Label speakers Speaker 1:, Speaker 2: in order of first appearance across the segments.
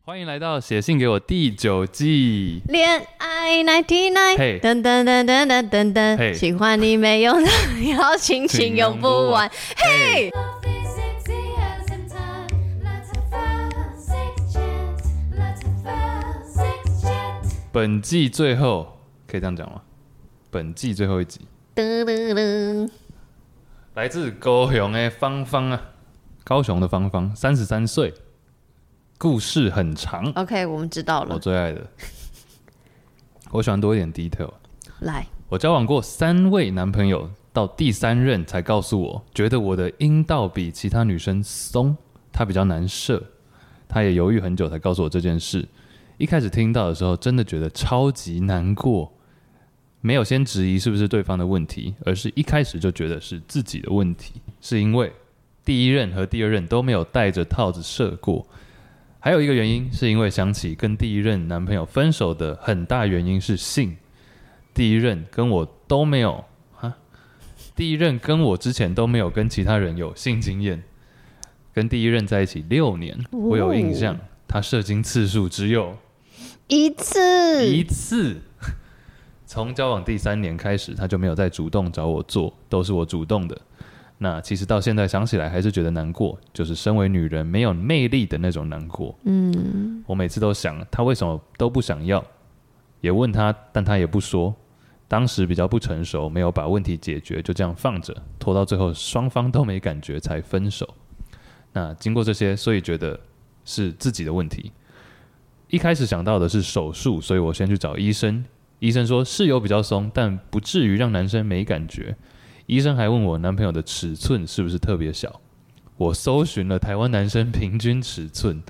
Speaker 1: 欢迎来到写信给我第九季。
Speaker 2: 恋爱 ninety nine，
Speaker 1: 嘿
Speaker 2: 噔噔噔噔噔噔
Speaker 1: 嘿
Speaker 2: 噔，喜欢你没有的邀请请用不完。嘿，
Speaker 3: Love is sexy as in time. Let's have a six chance. Let's have a six chance.
Speaker 1: 本季最后可以这样讲吗？本季最后一集，
Speaker 2: 噔噔噔，
Speaker 1: 来自高雄的芳芳啊，高雄的芳芳，三十三岁，故事很长，
Speaker 2: OK，我们知道
Speaker 1: 我
Speaker 2: 了。
Speaker 1: 最爱的。我喜欢多一点 detail。
Speaker 2: 来，
Speaker 1: 我交往过三位男朋友，到第三任才告诉我，觉得我的阴道比其他女生松，他比较难射。他也犹豫很久才告诉我这件事。一开始听到的时候，真的觉得超级难过，没有先质疑是不是对方的问题，而是一开始就觉得是自己的问题，是因为第一任和第二任都没有戴着套子射过。还有一个原因，是因为想起跟第一任男朋友分手的很大原因是性，第一任跟我都没有啊，第一任跟我之前都没有跟其他人有性经验，跟第一任在一起六年，我有印象，他射精次数只有
Speaker 2: 一次，
Speaker 1: 一次。从交往第三年开始，他就没有再主动找我做，都是我主动的。那其实到现在想起来，还是觉得难过，就是身为女人没有魅力的那种难过。嗯，我每次都想他为什么都不想要，也问他，但他也不说。当时比较不成熟，没有把问题解决，就这样放着，拖到最后双方都没感觉才分手。那经过这些，所以觉得是自己的问题，一开始想到的是手术，所以我先去找医生。医生说是有比较松，但不至于让男生没感觉。医生还问我男朋友的尺寸是不是特别小。我搜寻了台湾男生平均尺寸，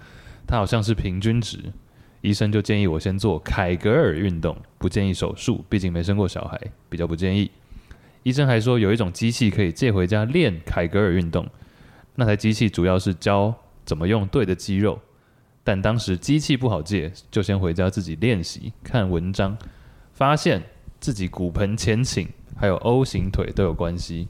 Speaker 1: 他好像是平均值。医生就建议我先做凯格尔运动，不建议手术，毕竟没生过小孩，比较不建议。医生还说有一种机器可以借回家练凯格尔运动，那台机器主要是教怎么用对的肌肉，但当时机器不好借，就先回家自己练习看文章，发现自己骨盆前倾还有 O 型腿都有关系，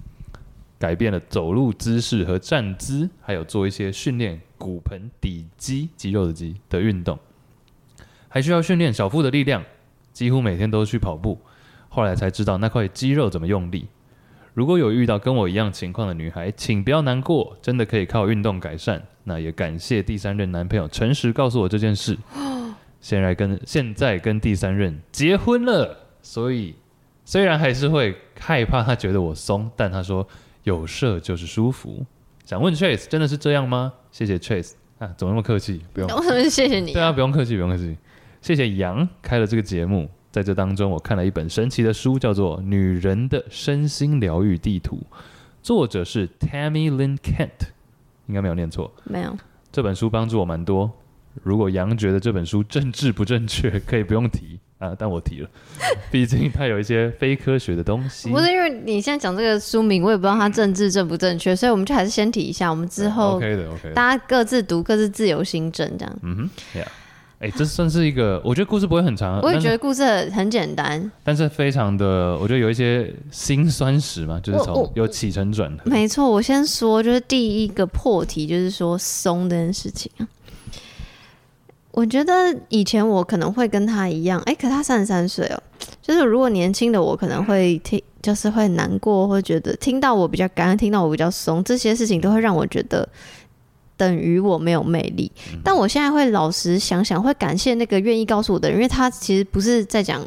Speaker 1: 改变了走路姿势和站姿，还有做一些训练骨盆底肌肌肉的肌的运动，还需要训练小腹的力量，几乎每天都去跑步。后来才知道那块肌肉怎么用力。如果有遇到跟我一样情况的女孩，请不要难过，真的可以靠运动改善。那也感谢第三任男朋友诚实告诉我这件事。现在跟现在跟第三任结婚了，所以虽然还是会害怕他觉得我松，但他说有射就是舒服。想问 Chase 真的是这样吗？谢谢 Chase 啊，怎么那么客气？不用。
Speaker 2: 谢谢你
Speaker 1: 对。啊，不用客气，不用客气。谢谢杨开了这个节目，在这当中我看了一本神奇的书，叫做《女人的身心疗愈地图》，作者是 Tammy Lynn Kent，应该没有念错。
Speaker 2: 没有，
Speaker 1: 这本书帮助我蛮多。如果杨觉得这本书政治不正确，可以不用提啊，但我提了，毕竟它有一些非科学的东西。
Speaker 2: 不是因为你现在讲这个书名，我也不知道它政治正不正确，所以我们就还是先提一下，我们之后
Speaker 1: 哦 OK 的 OK 的。
Speaker 2: 大家各自读，各自自由心证这样。
Speaker 1: 嗯哼，Yeah，哎、这算是一个，我觉得故事不会很长，啊
Speaker 2: 我也
Speaker 1: 但是
Speaker 2: 觉得故事很很简单，
Speaker 1: 但是非常的，我觉得有一些辛酸史嘛，就是
Speaker 2: 我
Speaker 1: 从
Speaker 2: 我
Speaker 1: 有起承转合。
Speaker 2: 没错，我先说，就是第一个破题，就是说松这件事情啊。我觉得以前我可能会跟他一样，哎、可他三十三岁哦，就是如果年轻的我可能会听，就是会难过，会觉得听到我比较干，听到我比较松，这些事情都会让我觉得等于我没有魅力。但我现在会老实想想，会感谢那个愿意告诉我的人，因为他其实不是在讲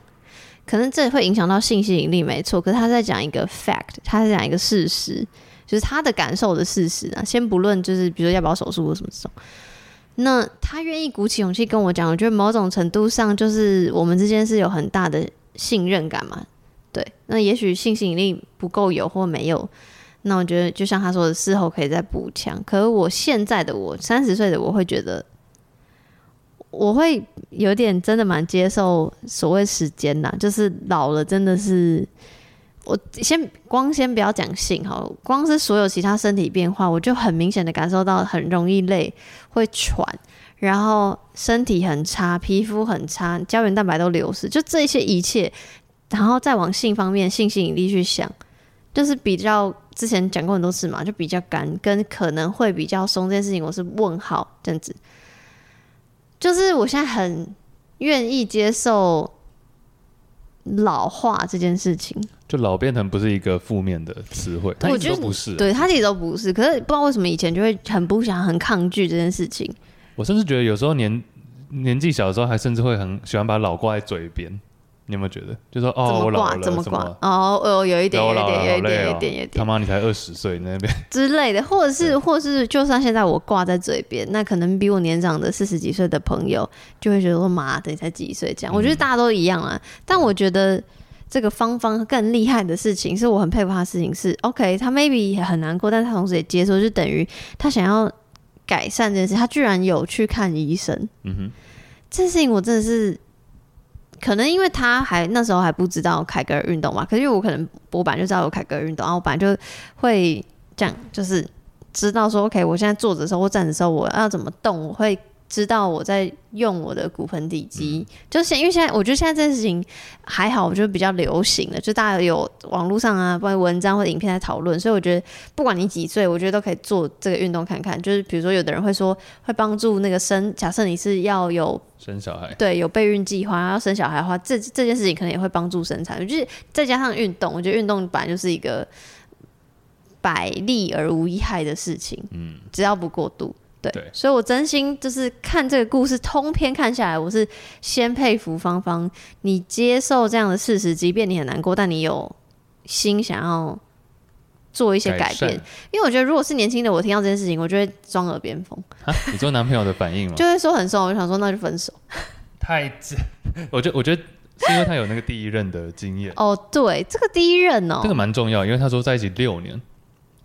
Speaker 2: 可能这会影响到性吸引力，没错。可是他在讲一个 fact，他在讲一个事实，就是他的感受的事实啊。先不论就是比如说要不要手术或什么这种，那他愿意鼓起勇气跟我讲，我觉得某种程度上就是我们之间是有很大的信任感嘛。对，那也许性吸引力不够有或没有，那我觉得就像他说的，事后可以再补强。可是我现在的我，三十岁的我会觉得。我会有点真的蛮接受所谓时间呐，就是老了真的是，我先光先不要讲性好了，光是所有其他身体变化，我就很明显的感受到很容易累，会喘，然后身体很差，皮肤很差，胶原蛋白都流失，就这些一切，然后再往性方面性吸引力去想，就是比较之前讲过很多次嘛，就比较干跟可能会比较松这件事情，我是问号这样子。就是我现在很愿意接受老化这件事情。
Speaker 1: 就老变成不是一个负面的词汇，它
Speaker 2: 我
Speaker 1: 一直
Speaker 2: 觉
Speaker 1: 都
Speaker 2: 得
Speaker 1: 不是。啊
Speaker 2: 对他自己都不是，可是不知道为什么以前就会很不想、很抗拒这件事情。
Speaker 1: 我甚至觉得有时候年年纪小的时候，还甚至会很喜欢把老挂在嘴边。你有没有觉得？就说
Speaker 2: 怎
Speaker 1: 哦，我
Speaker 2: 么
Speaker 1: 老
Speaker 2: 挂？
Speaker 1: 了，
Speaker 2: 怎
Speaker 1: 么
Speaker 2: 么挂？哦，哦，有
Speaker 1: 对
Speaker 2: 一点，
Speaker 1: 我
Speaker 2: 有一
Speaker 1: 老了，
Speaker 2: 点，有
Speaker 1: 好
Speaker 2: 一
Speaker 1: 累哦
Speaker 2: 点，有一点，有一
Speaker 1: 他
Speaker 2: 点
Speaker 1: 妈，你才二十岁，那 边
Speaker 2: 之类的，或者是，
Speaker 1: 对
Speaker 2: 或是，就算现在我挂在嘴边，那可能比我年长的四十几岁的朋友就会觉得说：“妈的，你才几岁？”
Speaker 1: 嗯
Speaker 2: 这样，我觉得大家都一样啊。但我觉得这个芳芳更厉害的事情，是我很佩服她的事情是，OK，她 maybe 也很难过，但她同时也接受，就等于她想要改善这件事，她居然有去看医生。
Speaker 1: 嗯哼，
Speaker 2: 这件事情我真的是，可能因为他还那时候还不知道凯格尔运动嘛，可是因为我可能我本来就知道有凯格尔运动，然后我本来就会这样，就是知道说 OK，我现在坐着的时候或站着的时候，我要怎么动，我会知道我在用我的骨盆底肌。就现因为现在我觉得现在这件事情还好，我觉得比较流行了，就大家有网络上啊，不管文章或者影片在讨论，所以我觉得不管你几岁，我觉得都可以做这个运动看看。就是比如说有的人会说会帮助那个生，假设你是要有
Speaker 1: 生小孩，
Speaker 2: 对，有备孕计划，要生小孩的话，这这件事情可能也会帮助生产。就是再加上运动，我觉得运动本来就是一个百利而无一害的事情，
Speaker 1: 嗯，
Speaker 2: 只要不过度。对，
Speaker 1: 对
Speaker 2: 所以我真心就是看这个故事，通篇看下来，我是先佩服芳芳，你接受这样的事实，即便你很难过，但你有心想要做一
Speaker 1: 一
Speaker 2: 些改
Speaker 1: 善
Speaker 2: 变。因为我觉得，如果是年轻的我听到这件事情，我就会装耳边风，
Speaker 1: 啊你做男朋友的反应吗？
Speaker 2: 就会说很怂，我就想说那就分手。
Speaker 1: 太直， 我觉得我觉得是因为他有那个第一任的经验，
Speaker 2: 哦，对，这个第一任哦，
Speaker 1: 这个蛮重要，因为他说在一起六年，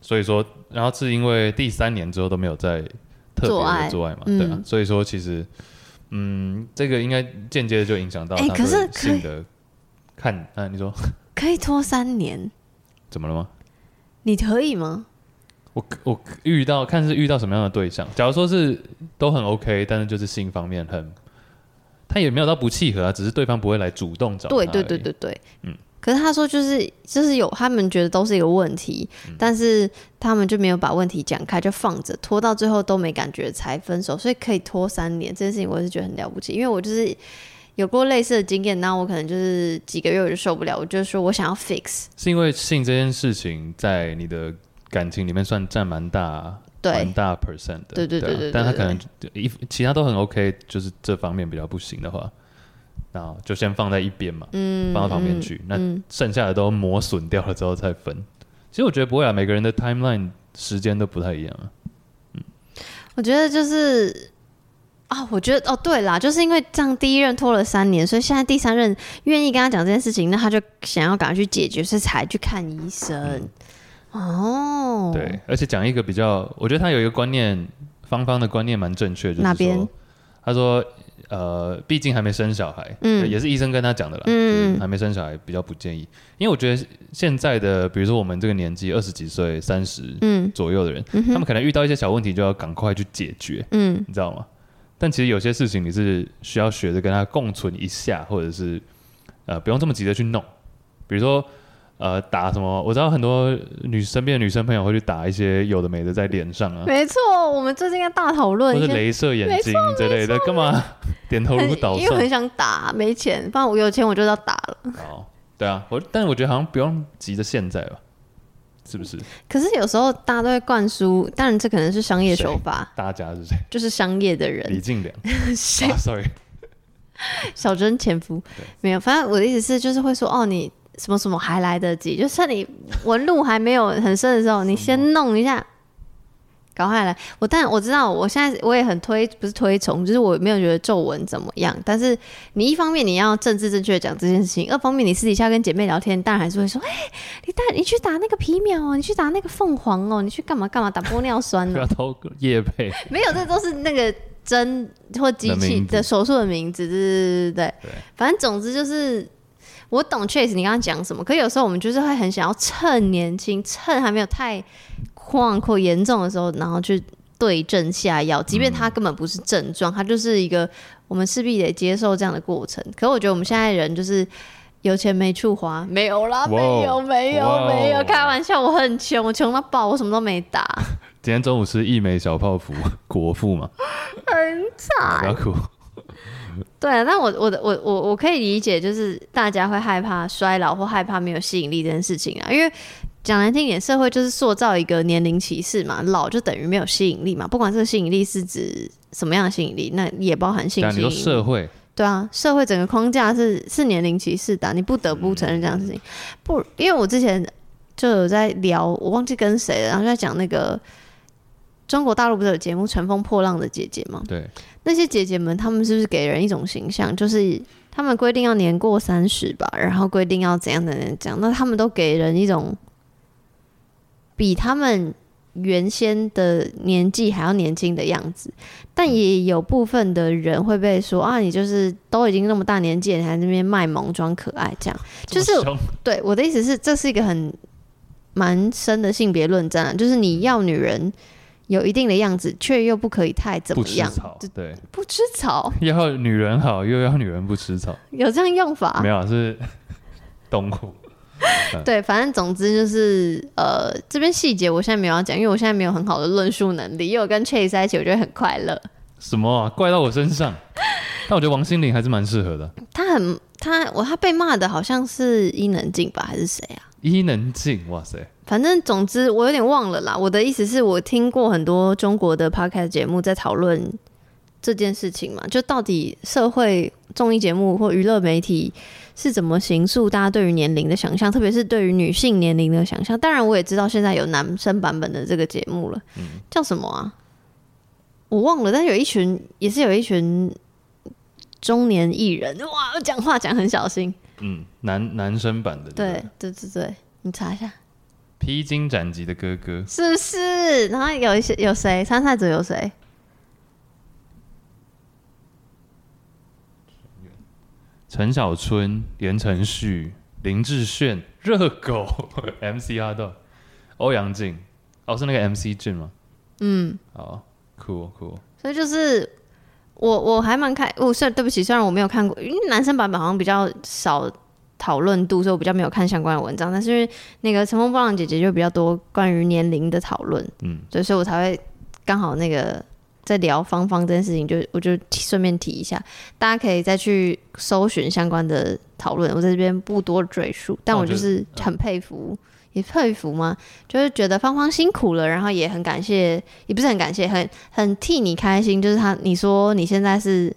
Speaker 1: 所以说，然后是因为第三年之后都没有再特别
Speaker 2: 做
Speaker 1: 的
Speaker 2: 爱
Speaker 1: 做爱嘛，
Speaker 2: 嗯
Speaker 1: 对啊，所以说其实，嗯，这个应该间接的就影响到
Speaker 2: 哎
Speaker 1: 他
Speaker 2: 可是
Speaker 1: 对
Speaker 2: 可
Speaker 1: 性的看，啊，你说
Speaker 2: 可以拖三年，
Speaker 1: 怎么了吗？
Speaker 2: 你可以吗？
Speaker 1: 我我遇到看是遇到什么样的对象，假如说是都很 OK，但是就是性方面很，他也没有到不契合啊，只是对方不会来主动找他而已，
Speaker 2: 对对对对对，
Speaker 1: 嗯
Speaker 2: 可是他说就是就是有他们觉得都是一个问题，
Speaker 1: 嗯
Speaker 2: 但是他们就没有把问题讲开，就放着拖到最后都没感觉才分手，所以可以拖三年这件事情，我也是觉得很了不起，因为我就是有过类似的经验，然后我可能就是几个月我就受不了，我就说我想要 fix，
Speaker 1: 是因为性这件事情在你的感情里面算占蛮大、啊蛮
Speaker 2: 对
Speaker 1: 大 percent 的，
Speaker 2: 对对对
Speaker 1: 啊
Speaker 2: 对对
Speaker 1: 但他可能一其他都很 OK，就是这方面比较不行的话，那就先放在一边嘛，
Speaker 2: 嗯，
Speaker 1: 放到旁边去，那
Speaker 2: 嗯，
Speaker 1: 剩下的都磨损掉了之后再分。其实我觉得不会啊，每个人的 timeline 时间都不太一样啊。
Speaker 2: 我觉得就是啊、我觉得哦，对啦，就是因为这样第一任拖了三年，所以现在第三任愿意跟他讲这件事情，那他就想要赶快去解决，所以才去看医生。哦，
Speaker 1: 嗯对，，而且讲一个比较，我觉得他有一个观念，芳芳的观念蛮正确，就是
Speaker 2: 哪
Speaker 1: 说
Speaker 2: 边，
Speaker 1: 他说，呃，毕竟还没生小孩，
Speaker 2: 嗯
Speaker 1: 也是医生跟他讲的啦，
Speaker 2: 嗯
Speaker 1: 就是还没生小孩比较不建议，因为我觉得现在的，比如说我们这个年纪，二十几岁、三十
Speaker 2: 嗯
Speaker 1: 左右的人，他们可能遇到一些小问题就要赶快去解决，
Speaker 2: 嗯，
Speaker 1: 你知道吗？但其实有些事情你是需要学着跟他共存一下，或者是呃不用这么急着去弄。比如说呃打什么，我知道很多女身边的女生朋友会去打一些有的没的在脸上啊，
Speaker 2: 没错，我们最近在大讨论
Speaker 1: 或
Speaker 2: 一
Speaker 1: 是
Speaker 2: 些。
Speaker 1: 镭射眼睛之类的，干嘛 点头
Speaker 2: 很
Speaker 1: 如捣
Speaker 2: 因为我
Speaker 1: 蒜
Speaker 2: 很？想打，没钱，不然我有钱我就要打了。
Speaker 1: 哦，对啊，我但我觉得好像不用急着现在吧，是不是？
Speaker 2: 可是有时候大家都会灌输，当然这可能是商业手法，
Speaker 1: 大家是谁？
Speaker 2: 就是商业的
Speaker 1: 李
Speaker 2: 人，
Speaker 1: 静 良
Speaker 2: 谁
Speaker 1: 啊，sorry，
Speaker 2: 小珍前夫
Speaker 1: 对
Speaker 2: 没有，反正我的意思是，就是会说哦，你什么什么还来得及，就趁你纹路还没有很深的时候，你先弄一下，赶快来。我但我知道，我现在我也很推，不是推崇，就是我没有觉得皱纹怎么样。但是你一方面你要政治正确地讲这件事情，二方面你私底下跟姐妹聊天，当然还是会说，哎、你打你去打那个皮秒哦，你去打那个凤凰哦，你去干嘛干嘛打玻尿酸
Speaker 1: 不
Speaker 2: 哦
Speaker 1: 要，偷夜配。
Speaker 2: 没有，这都是那个针或机
Speaker 1: 的
Speaker 2: 器
Speaker 1: 名字
Speaker 2: 的手术的名字，对对对对
Speaker 1: 对
Speaker 2: 对。反正总之就是，我懂 Chase 你刚刚讲什么，可有时候我们就是会很想要趁年轻，趁还没有太旷阔严重的时候，然后去对症下药，即便它根本不是症状，它就是一个我们势必得接受这样的过程。可我觉得我们现在人就是。有钱没处花，没有啦，
Speaker 1: 哇
Speaker 2: 没有
Speaker 1: 哦
Speaker 2: 没有
Speaker 1: 哇哦
Speaker 2: 没有，开玩笑，我很穷，我穷到爆，我什么都没打，
Speaker 1: 今天中午吃一枚小泡芙，果腹嘛，
Speaker 2: 很惨
Speaker 1: 不。要哭。
Speaker 2: 对，那我我的我我我可以理解，就是大家会害怕衰老或害怕没有吸引力这件事情啊，因为讲难听点，社会就是塑造一个年龄歧视嘛，老就等于没有吸引力嘛，不管这个吸引力是指什么样的吸引力，那也包含性
Speaker 1: 但啊
Speaker 2: 吸
Speaker 1: 你
Speaker 2: 引
Speaker 1: 说
Speaker 2: 力。
Speaker 1: 社会，
Speaker 2: 对啊，社会整个框架是是年龄歧视的啊、你不得不承认这样的事情。
Speaker 1: 嗯
Speaker 2: 不，因为我之前就有在聊，我忘记跟谁了，然后就在讲那个中国大陆不是有节目《乘风破浪的姐姐》吗？
Speaker 1: 对，
Speaker 2: 那些姐姐们，她们是啊不是给人一种形象，就是她们规定要年过三十吧，然后规定要怎样怎样怎样，那她们都给人一种比她们原先的年纪还要年轻的样子。但也有部分的人会被说啊，你就是都已经那么大年纪了，你还在那边卖萌装可爱，这样就是
Speaker 1: 这么凶
Speaker 2: 对我的意思是，这是一个很蛮深的性别论战啊，就是你要女人。有一定的样子，却又不可以太怎
Speaker 1: 不
Speaker 2: 么
Speaker 1: 吃
Speaker 2: 样，
Speaker 1: 草，对，
Speaker 2: 不吃草，
Speaker 1: 要女人好，又要女人不吃草，
Speaker 2: 有这样用法
Speaker 1: 没？有啊是东湖，
Speaker 2: 对，反正总之就是呃，这边细节我现在没有要讲，因为我现在没有很好的论述能力，因为我跟 Chase 在一起，我觉得很快乐。
Speaker 1: 什么啊，怪到我身 上。但我觉得王心凌还是蛮适合的，
Speaker 2: 他很他我他被骂的好像是伊能静吧，还是谁啊？
Speaker 1: 伊能静，哇塞，
Speaker 2: 反正总之我有点忘了啦。我的意思是我听过很多中国的 podcast 节目在讨论这件事情嘛，就到底社会综艺节目或娱乐媒体是怎么形塑大家对于年龄的想象，特别是对于女性年龄的想象。当然，我也知道现在有男生版本的这个节目了，叫什么啊？我忘了，但有一群也是有一群中年艺人，哇，讲话讲很小心。
Speaker 1: 嗯，男男生版的，
Speaker 2: 对，对对对，你查一下。
Speaker 1: 披荆斩棘的哥哥，
Speaker 2: 是不是？然后有一些有谁参赛者有谁？
Speaker 1: 陈小春、言承旭、林志炫、热狗、MC 哈豆、欧阳靖，哦，是那个 MC 俊吗？嗯，好，cool cool，
Speaker 2: 所以就是我我还蛮开，我虽然对不起，虽然我没有看过，因为男生版本好像比较少讨论度，所以我比较没有看相关的文章。但是因为那个《乘风破浪》姐姐就比较多关于年龄的讨论，
Speaker 1: 嗯，
Speaker 2: 对，所以我才会刚好那个在聊芳芳这件事情，就我就提顺便提一下，大家可以再去搜寻相关的讨论。我在这边不多赘述，但
Speaker 1: 那
Speaker 2: 我
Speaker 1: 我觉
Speaker 2: 哦就
Speaker 1: 得
Speaker 2: 是嗯很佩服，也佩服吗？就是觉得芳芳辛苦了，然后也很感谢，也不是很感谢，很很替你开心。就是他，你说你现在是。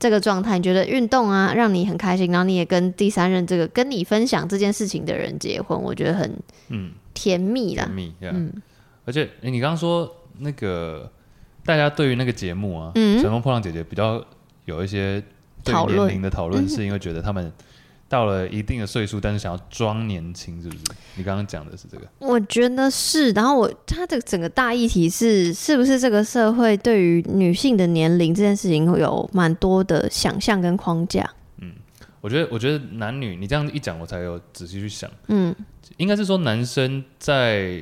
Speaker 2: 这个状态，你觉得运动啊，让你很开心，然后你也跟第三任这个跟你分享这件事情的人结婚，我觉得很
Speaker 1: 嗯，
Speaker 2: 甜蜜啦
Speaker 1: 甜。蜜，嗯，而且、诶你刚刚说那个大家对于那个节目啊，
Speaker 2: 嗯
Speaker 1: 乘风破浪姐姐》比较有一些对
Speaker 2: 讨
Speaker 1: 于
Speaker 2: 论
Speaker 1: 年龄的讨论，嗯是因为觉得他们到了一定的岁数，但是想要装年轻，是不是？你刚刚讲的是这个，
Speaker 2: 我觉得是，然后我他的整个大议题是，是不是这个社会对于女性的年龄这件事情会有蛮多的想象跟框架？
Speaker 1: 我觉得，我觉得男女，你这样一讲，我才有仔细去想。
Speaker 2: 嗯，
Speaker 1: 应该是说男生在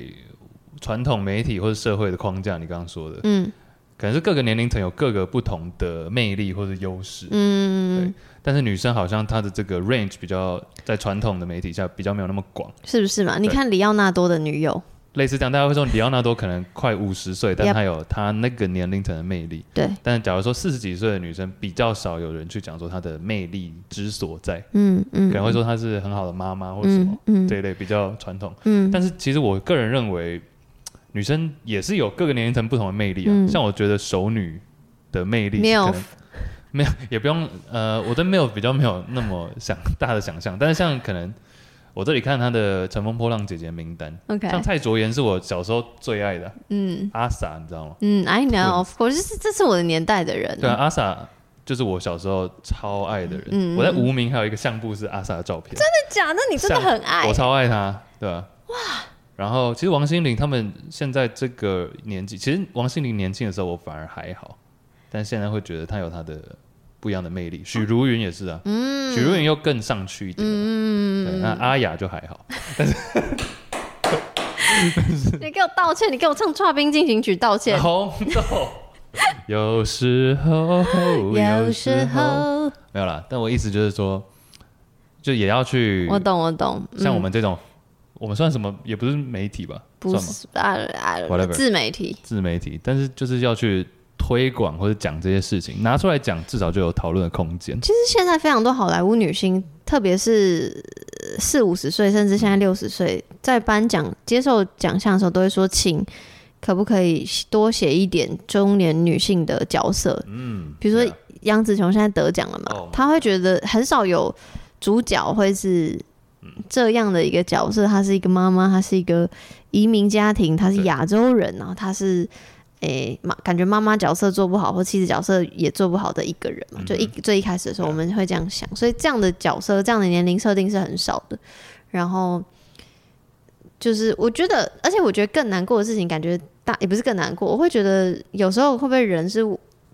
Speaker 1: 传统媒体或者社会的框架，你刚刚说的，
Speaker 2: 嗯，
Speaker 1: 可能是各个年龄层有各个不同的魅力或者优势，
Speaker 2: 嗯，
Speaker 1: 但是女生好像她的这个 range 比较在传统的媒体下比较没有那么广，
Speaker 2: 是不是嘛？你看里奥纳多的女友，
Speaker 1: 类似这样，大家会说里奥纳多可能快五十岁，但
Speaker 2: Yep
Speaker 1: 她有她那个年龄层的魅力，
Speaker 2: 对，
Speaker 1: 但是假如说四十几岁的女生，比较少有人去讲说她的魅力之所在，
Speaker 2: 嗯嗯，
Speaker 1: 可能会说她是很好的妈妈或者什么
Speaker 2: 嗯，嗯
Speaker 1: 这一类比较传统。
Speaker 2: 嗯
Speaker 1: 但是其实我个人认为，女生也是有各个年龄层不同的魅力啊。
Speaker 2: 嗯
Speaker 1: 像我觉得熟女的魅力是
Speaker 2: MILF
Speaker 1: 可能没有，也不用呃，我对没有比较没有那么想大的想象。但是像可能我这里看她的《乘风破浪姐姐》名单，
Speaker 2: ，OK，
Speaker 1: 像蔡卓妍是我小时候最爱的
Speaker 2: 嗯
Speaker 1: 阿 sa，你知道吗？
Speaker 2: 嗯，I know，of course，这是这是我的年代的人，
Speaker 1: 对啊，阿 sa 就是我小时候超爱的人。
Speaker 2: 嗯嗯
Speaker 1: 我在无名还有一个相簿是阿 sa 的照片，
Speaker 2: 假的，你真的很爱
Speaker 1: 我，超爱她，对吧、哇！然后其实王心凌他们现在这个年纪，其实王心凌年轻的时候我反而还好，但现在会觉得她有她的不一样的魅力。许茹芸也是啊，
Speaker 2: 嗯
Speaker 1: 许茹芸又更上去一点了。对，那阿雅就还好，
Speaker 2: 你给我道歉，你给我唱《跨冰进行曲》道 歉，
Speaker 1: 红豆。有时候，有时候没有啦。但我意思就是说，就也要去
Speaker 2: 我懂我懂，
Speaker 1: 像我
Speaker 2: 嗯
Speaker 1: 们这种，我们算什么？也不是媒体吧？
Speaker 2: 不
Speaker 1: 算吗
Speaker 2: 是啊啊
Speaker 1: Whatever
Speaker 2: 自媒体。
Speaker 1: 自媒体，但是就是要去推广或者讲这些事情，拿出来讲，至少就有讨论的空间。
Speaker 2: 其实现在非常多好莱坞女星，特别是呃四五十岁，甚至现在六十岁，在颁奖接受奖项的时候，都会说，请可不可以多写一点中年女性的角色？
Speaker 1: 嗯，
Speaker 2: 比如说
Speaker 1: 对啊
Speaker 2: 杨紫琼现在得奖了嘛
Speaker 1: 哦，
Speaker 2: 她会觉得很少有主角会是
Speaker 1: 嗯
Speaker 2: 这样的一个角色，她是一个妈妈，她是一个移民家庭，她是
Speaker 1: 对
Speaker 2: 亚洲人，然后她是。诶，妈，感觉妈妈角色做不好，或妻子角色也做不好的一个人嘛，就
Speaker 1: 嗯
Speaker 2: 一最一开始的时候，我们会这样想，所以这样的角色、这样的年龄设定是很少的。然后就是我觉得，而且我觉得更难过的事情，感觉大也不是更难过，我会觉得有时候会不会人是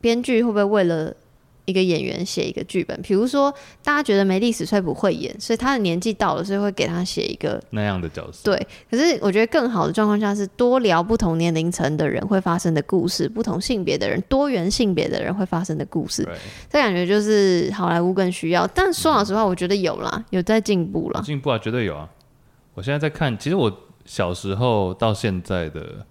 Speaker 2: 编剧会不会为了一个演员写一个剧本？比如说大家觉得梅丽史翠普会演，所以她的年纪到了，所以会给她写一个。
Speaker 1: 那样的角色，
Speaker 2: 对，可是我觉得更好的状况下是多聊不同年龄层的人会发生的故事，不同性别的人、多元性别的人会发生的故事。
Speaker 1: 对，
Speaker 2: 这感觉就是好莱坞更需要。但说老实话，我觉得有啦，有在进步
Speaker 1: 有
Speaker 2: 啦。
Speaker 1: 进步啊，绝对有啊。我现在在看，其实我小时候到现在的，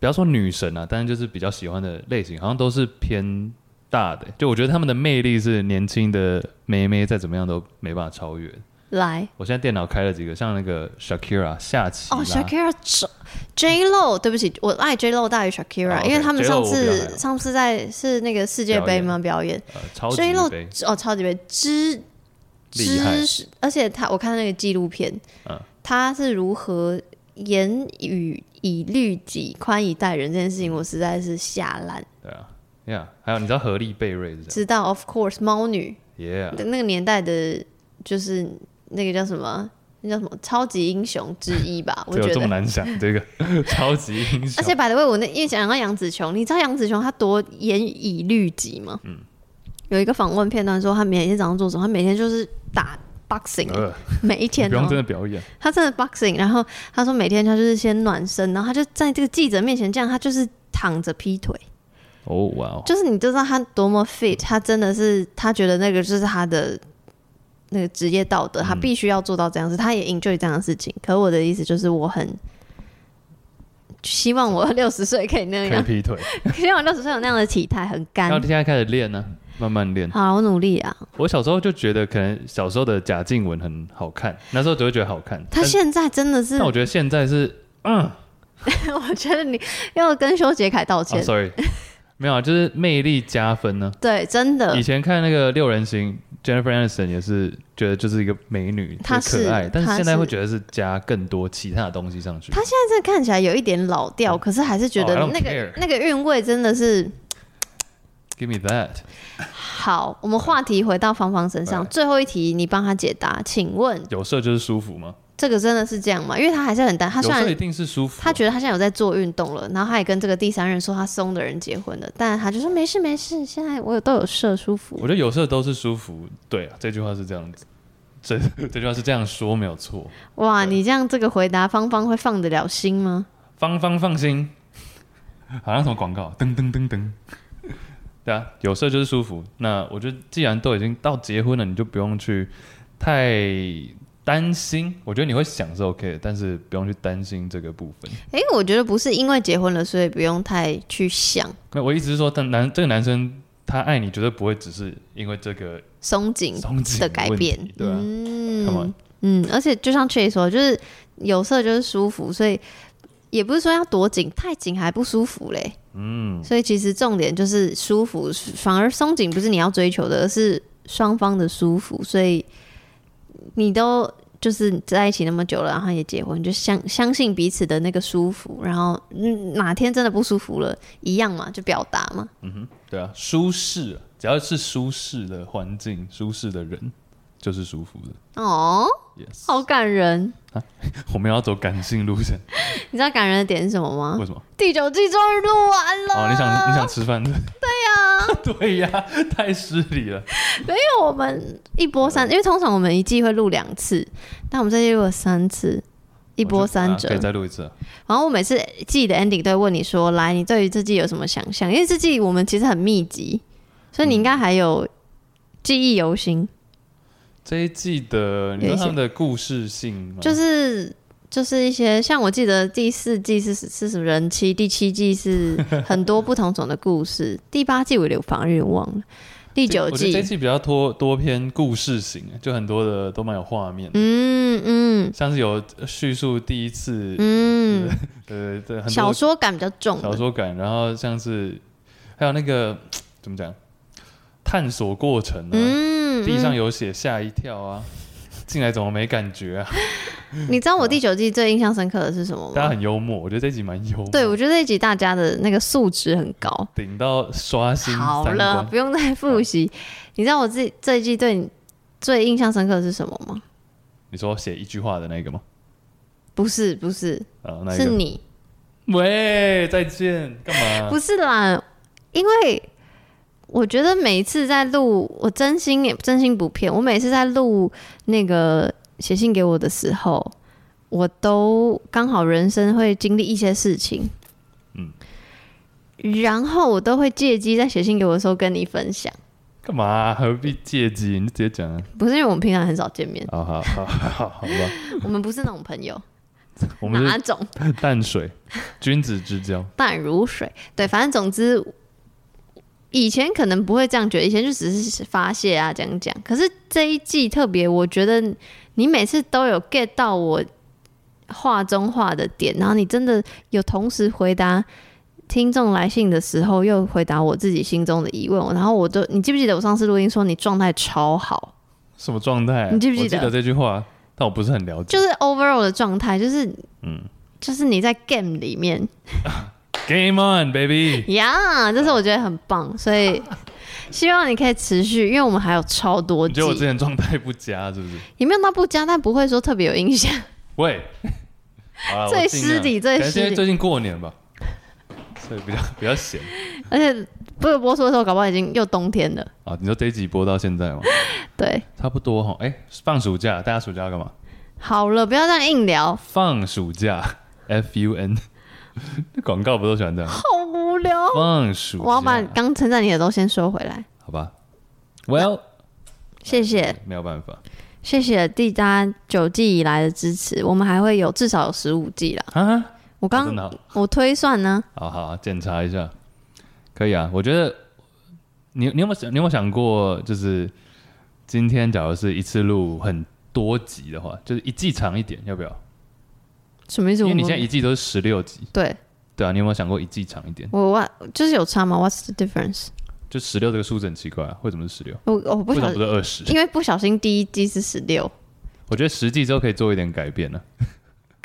Speaker 1: 不要说女神啊，但是就是比较喜欢的类型，好像都是偏大的、就我觉得他们的魅力是年轻的妹妹再怎么样都没办法超越。
Speaker 2: 来，
Speaker 1: 我现在电脑开了几个，像那个 Shakira 夏奇拉
Speaker 2: 哦，Shakira J- J Lo，对不起，我爱 J Lo 大于
Speaker 1: 哦
Speaker 2: Shakira，、
Speaker 1: ，OK，
Speaker 2: 因为他们
Speaker 1: J Lo 我
Speaker 2: 上
Speaker 1: 比较还
Speaker 2: 次
Speaker 1: 好
Speaker 2: 上次在是那个世界
Speaker 1: 表
Speaker 2: 杯
Speaker 1: 演
Speaker 2: 吗？表演
Speaker 1: 呃超级
Speaker 2: J Lo
Speaker 1: 杯，
Speaker 2: 哦，超级杯知
Speaker 1: 厉害
Speaker 2: 知，而且他我看那个纪录片，
Speaker 1: 嗯
Speaker 2: 他是如何严以以律己、宽以待人这件事情，我实在是下烂。
Speaker 1: 对啊，Yeah，还有你知道何丽贝瑞是谁
Speaker 2: 知道，of course，猫女、
Speaker 1: ？Yeah，
Speaker 2: 那个年代的，就是那个叫什么，那叫什么超级英雄之一 吧，我
Speaker 1: 这有
Speaker 2: 觉
Speaker 1: 这么
Speaker 2: 得。啊
Speaker 1: 难 想，这个 超级英
Speaker 2: 而
Speaker 1: 雄，
Speaker 2: 且百的 y 我那因为讲到杨紫琼，你知道杨紫琼她多严以律己吗？
Speaker 1: 嗯
Speaker 2: 有一个访问片段说，她每天早上做什么？她每天就是打 boxing，、
Speaker 1: 呃，
Speaker 2: 每一天、
Speaker 1: 不
Speaker 2: 哦
Speaker 1: 用真的表演，
Speaker 2: 她真的 boxing，然后她说每天她就是先暖身，然后她就在这个记者面前这样，她就是躺着劈腿，
Speaker 1: 哦哇哦，
Speaker 2: 就是你就知道她多么 fit，她真的是她觉得那个就是她的那个职业道德，
Speaker 1: 嗯
Speaker 2: 她必须要做到这样子，她也 enjoy 这样的事情。可我的意思就是，我很希 望我六十岁可以那
Speaker 1: 可以
Speaker 2: 样，
Speaker 1: 劈腿。
Speaker 2: 希望六十岁有那样的体态，很干
Speaker 1: 要。现在开始练呢、慢慢练。
Speaker 2: 好，我努力啊！
Speaker 1: 我小时候就觉得，可能小时候的贾静雯很好看，那时候只会觉得好看。
Speaker 2: 她
Speaker 1: 但
Speaker 2: 现在真的是
Speaker 1: 但，我觉得现在是，嗯、
Speaker 2: 我觉得你要跟修杰楷道
Speaker 1: 啊、
Speaker 2: 歉。
Speaker 1: ，sorry，没有，啊，就是魅力加分呢、
Speaker 2: 对，真的
Speaker 1: 以，前看那个六人行，Jennifer Aniston 也是觉得就是一个美女，
Speaker 2: 她
Speaker 1: 就是可爱
Speaker 2: 是，
Speaker 1: 但是
Speaker 2: 她
Speaker 1: 现在
Speaker 2: 是
Speaker 1: 会觉得是加更多其他的东西上去。
Speaker 2: 她现在这看起来有一点老调，可是还是觉得
Speaker 1: 嗯 Oh, I don't
Speaker 2: 那个、
Speaker 1: care.
Speaker 2: 那个韵味真 的是
Speaker 1: Give me that，
Speaker 2: 好。我们话题回到芳芳身上，
Speaker 1: 对
Speaker 2: 最后一题你帮她解答，请问
Speaker 1: 有色就是舒服吗？
Speaker 2: 这个真的是这样吗？因为她还是很担，她
Speaker 1: 有
Speaker 2: 虽
Speaker 1: 色一
Speaker 2: 然
Speaker 1: 定是舒服啊、
Speaker 2: 她觉得她现在有在做运动了，然后她也跟这个第三人说她松的人结婚了，但她就说没事没事，现在我有都有射舒服
Speaker 1: 我。觉得有色都是舒服。对啊，这句话是这样子，这这句话是这样说没有错。
Speaker 2: 哇，
Speaker 1: 对
Speaker 2: 你这样这个回答，芳芳会放得了心吗？
Speaker 1: 芳芳放心，好像什么广告，噔噔噔噔。对啊，有色就是舒服。那我觉得，既然都已经到结婚了，你就不用去太担心。我觉得你会想是 OK 的，但是不用去担心这个部分。
Speaker 2: 诶，我觉得不是因为结婚了，所以不用太去想
Speaker 1: 那我一直是说，但男这个男生他爱你，绝对不会只是因为这个
Speaker 2: 松紧
Speaker 1: 松紧
Speaker 2: 嗯的改
Speaker 1: 问题
Speaker 2: 变。
Speaker 1: 对啊，Come
Speaker 2: 嗯
Speaker 1: on
Speaker 2: 嗯，而且就像 Chase 说，就是有色就是舒服，所以也不是说要多紧，太紧还不舒服嘞。嗯，所以其实重点就是舒服，反而松紧不是你要追求的，而是双方的舒服。所以你都就是在一起那么久了，然后也结婚，就相相信彼此的那个舒服。然后嗯，哪天真的不舒服了，一样嘛，就表达嘛。
Speaker 1: 对啊，舒适，只要是舒适的环境、舒适的人，就是舒服的。
Speaker 2: 哦，
Speaker 1: Yes，
Speaker 2: 好感人。
Speaker 1: 我们要走感性路线，
Speaker 2: 你知道感人的点是什么吗？
Speaker 1: 为什么？
Speaker 2: 第九季终于录完了。
Speaker 1: 哦，你想你想吃饭？
Speaker 2: 啊？
Speaker 1: 对呀、太失礼了。
Speaker 2: 因为我们一波
Speaker 1: 嗯
Speaker 2: 三，因为通常我们一季会录两次，但我们这季录了三次，一波三折
Speaker 1: 啊可。以再录一次啊、
Speaker 2: 然后我每次季的 ending 都会问你说：“来，你对于这季有什么想象？”因为这季我们其实很密集，所以你应该还有记忆犹
Speaker 1: 嗯
Speaker 2: 新，
Speaker 1: 这一季的，你
Speaker 2: 有
Speaker 1: 说
Speaker 2: 一些
Speaker 1: 他们的故事性吗？
Speaker 2: 就是。就是一些像我记得第四季是是什么人妻，第七季是很多不同种的 故事，第八季我有点反而有点忘了，第
Speaker 1: 第
Speaker 2: 九
Speaker 1: 我觉得这一
Speaker 2: 季，
Speaker 1: 季比较多多偏故事型，就很多的都蛮有画面，
Speaker 2: 嗯嗯
Speaker 1: 像是有叙述第一次，
Speaker 2: 嗯，
Speaker 1: 呃，对，很多
Speaker 2: 小说感比较重
Speaker 1: 小
Speaker 2: 的，
Speaker 1: 说感，然后像是还有那个怎么讲，探索过程啊，
Speaker 2: 嗯，
Speaker 1: 地
Speaker 2: 嗯
Speaker 1: 上有血吓一跳啊，进来怎么没感觉 啊？
Speaker 2: 你知道我第九季最印象深刻的是什么
Speaker 1: 大家
Speaker 2: 吗？
Speaker 1: 很幽默，我觉得这集蛮幽默，
Speaker 2: 对，我觉得这一集大家的那个素质很高。
Speaker 1: 顶到刷新三
Speaker 2: 好
Speaker 1: 观嗯
Speaker 2: 了，不用再复习。你知道我自己这一季对你最印象深刻的是什么吗？
Speaker 1: 你说写一句话的那个吗？
Speaker 2: 不是，不是，
Speaker 1: 啊，那一
Speaker 2: 是
Speaker 1: 个
Speaker 2: 你，
Speaker 1: 喂，再见，干嘛？
Speaker 2: 不是啦，因为我觉得每一次在录，我真心也真心不骗，我每次在录那个写信给我的时候，我都刚好人生会经历一些事情，
Speaker 1: 嗯
Speaker 2: 然后我都会借机在写信给我的时候跟你分享，
Speaker 1: 干嘛、何必借机？你就直接讲啊！
Speaker 2: 不是因为我们平常很少见 面，
Speaker 1: 好好好好好好 吧，
Speaker 2: 我们不是那种朋友，
Speaker 1: 我们
Speaker 2: 哪
Speaker 1: 是
Speaker 2: 种
Speaker 1: 淡水，君子之交。
Speaker 2: 淡如水，对，反正总之。以前可能不会这样觉得，以前就只是发泄啊，讲讲。可是这一季特别，我觉得你每次都有 get 到我话中话的点，然后你真的有同时回答听众来信的时候，又回答我自己心中的疑问。然后我都，你记不记得我上次录音说你状态超好，
Speaker 1: 什么状态啊、
Speaker 2: 你记不记
Speaker 1: 我记
Speaker 2: 得
Speaker 1: 得这句话，但我不是很了解。
Speaker 2: 就是 overall 的状态，就是
Speaker 1: 嗯
Speaker 2: 就是你在 game 里面
Speaker 1: Game on, baby！
Speaker 2: 呀这是
Speaker 1: 嗯
Speaker 2: 我觉得很棒，所 以希望你可以持续，因为我们还有超多
Speaker 1: 你
Speaker 2: 季
Speaker 1: 觉得，我之前状态不佳是不 是？
Speaker 2: 也没有到不加，但不会说特别有印象。
Speaker 1: 喂，好啦
Speaker 2: 最
Speaker 1: 我尽量
Speaker 2: 失礼最
Speaker 1: 可能
Speaker 2: 失
Speaker 1: 现在
Speaker 2: 礼
Speaker 1: 最近过年吧，所以比较比较闲
Speaker 2: 而且不是播出的时候，搞不好已经又冬天了。
Speaker 1: 啊。你说这一集播到现在吗？
Speaker 2: 对，
Speaker 1: 差不多哈。哎、放暑假，大家暑假要干嘛？
Speaker 2: 好了，不要这样硬聊，
Speaker 1: 放暑假，F U N，那广告不都喜欢这 样吗？
Speaker 2: 好无聊。
Speaker 1: 放暑假，
Speaker 2: 我要把刚称赞你的都先收回来，
Speaker 1: 好吧？Well，
Speaker 2: 谢谢
Speaker 1: 没有办法
Speaker 2: 谢谢大家九季以来的支持，我们还会有至少有十五季啦。
Speaker 1: 啊。
Speaker 2: 我
Speaker 1: 哦真
Speaker 2: 刚、
Speaker 1: 的哦
Speaker 2: 我推算呢，
Speaker 1: 好好检查一下，可以啊。我觉得你你有没有想你有没有想过，就是今天假如是一次录很多集的话，就是一季长一点，要不要？
Speaker 2: 什么意思？
Speaker 1: 因为你
Speaker 2: 我
Speaker 1: 现在一季都是十六集，
Speaker 2: 对
Speaker 1: 对啊，你有没有想过一季长一点？
Speaker 2: 我我就是有差吗？What's the difference？
Speaker 1: 就十六这个数字很奇怪、啊，为什么是十六？
Speaker 2: 我我不
Speaker 1: 为什
Speaker 2: 小
Speaker 1: 么不是二十？
Speaker 2: 因为不小心第一季是十六，
Speaker 1: 我觉得十季之后可以做一点改变呢、啊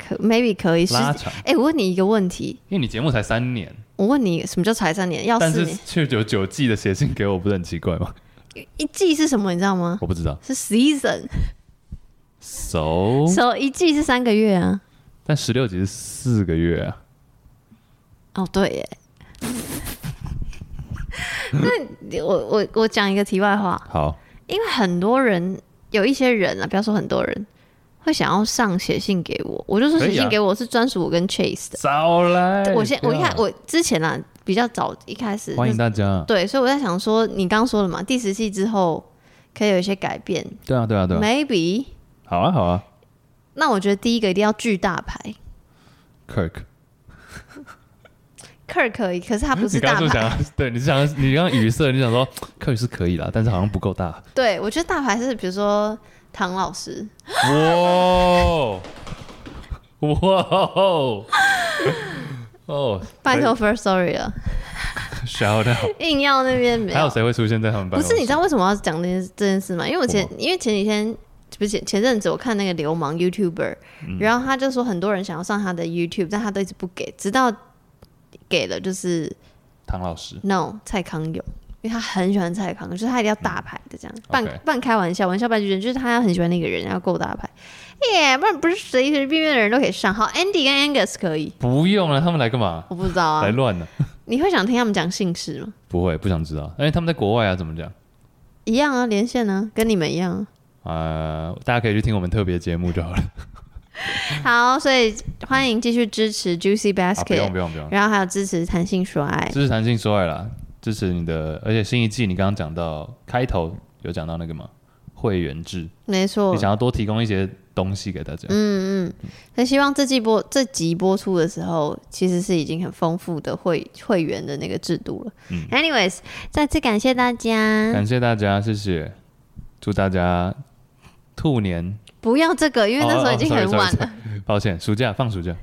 Speaker 2: 可 maybe 可以是。
Speaker 1: 拉
Speaker 2: 哎、
Speaker 1: 长，
Speaker 2: 我问你一个问题，
Speaker 1: 因为你节目才三年，
Speaker 2: 我问你什么叫才三年？要
Speaker 1: 但
Speaker 2: 哦四
Speaker 1: 是
Speaker 2: 年
Speaker 1: 却有九季的写信给我，不是很奇怪 吗？
Speaker 2: 一季是什么？你知道吗？
Speaker 1: 我不知道
Speaker 2: 是 season，
Speaker 1: ，so，
Speaker 2: 所以一季是三个月啊。
Speaker 1: 但十六集是四个月啊，
Speaker 2: 哦，对耶。 那我我我讲一个题外话，
Speaker 1: 好，
Speaker 2: 因为很多人有一些人啊，不要说很多人，会想要上写信给我，我就说
Speaker 1: 可以
Speaker 2: 写
Speaker 1: 啊
Speaker 2: 信给我是专属我跟 Chase 的。
Speaker 1: 早来
Speaker 2: 我先我一开
Speaker 1: 不要
Speaker 2: 我之前啊比较早一开始
Speaker 1: 欢迎大家，
Speaker 2: 对，所以我在想说，你刚刚说了嘛，第十季之后可以有一些改变
Speaker 1: 对啊对啊对啊，
Speaker 2: ，maybe。
Speaker 1: 好啊好啊
Speaker 2: 那我觉得第一个一定要巨大牌
Speaker 1: ，Kirk，
Speaker 2: ，Kirk 可以，可是他不
Speaker 1: 你
Speaker 2: 是
Speaker 1: 刚
Speaker 2: 大
Speaker 1: 刚是不是
Speaker 2: 牌。
Speaker 1: 想要，对你是想要你刚刚语塞，你想说 Kirk 是可以啦，但是好像不够大，
Speaker 2: 对，我觉得大牌是比如说唐老师，
Speaker 1: 哇哦哇哦哦，
Speaker 2: 拜托 First Story 了，
Speaker 1: ，shout out，
Speaker 2: 硬要那边没
Speaker 1: 哦还有
Speaker 2: 有。
Speaker 1: 谁会出现在他们班？
Speaker 2: 不是，你知道为什么要讲这件这件事吗？因为我前
Speaker 1: 为
Speaker 2: 因为前几天不是前前阵子我看那个流氓 YouTuber，、然
Speaker 1: 嗯
Speaker 2: 后他就说很多人想要上他的 YouTube，但他都一直不给，直到给了就是
Speaker 1: 唐老师，
Speaker 2: No 蔡康永，因为他很喜欢蔡康永，就是他一定要大牌的这样，半
Speaker 1: 嗯 OK
Speaker 2: 半开玩笑，玩笑半句真，就是他很喜欢那个人，要够大牌，耶、不然不是随随便便的人都可以上。好，Andy 跟 Angus 可以，
Speaker 1: 不用了，他们来干嘛？
Speaker 2: 我不知道啊
Speaker 1: 来，乱了。
Speaker 2: 你会想听他们讲姓氏吗？
Speaker 1: 不会，不想知道。因为他们在国外啊，怎么讲？
Speaker 2: 一样啊，连线呢、跟你们一样啊、
Speaker 1: 啊、大家可以去听我们特别节目就好了。
Speaker 2: 好，所以欢迎继续支持 Juicy
Speaker 1: 啊，不
Speaker 2: Basket，、
Speaker 1: 用不用不用，
Speaker 2: 然后还有支持弹性说爱。
Speaker 1: 支持弹性说爱啦，支持你的。而且新一季你刚刚讲到开头有讲到那个吗？会员制，
Speaker 2: 没错
Speaker 1: 你，想要多提供一些东西给大家。
Speaker 2: 哦嗯嗯，很希望这季播这集播出的时候，其实是已经很丰富的会会员的那个制度了。
Speaker 1: 嗯
Speaker 2: Anyways，再次感谢大家，
Speaker 1: 感谢大家，谢谢，祝大家兔年，
Speaker 2: 不要这个，因为那时候已经很晚了。
Speaker 1: 抱歉，暑假放暑假，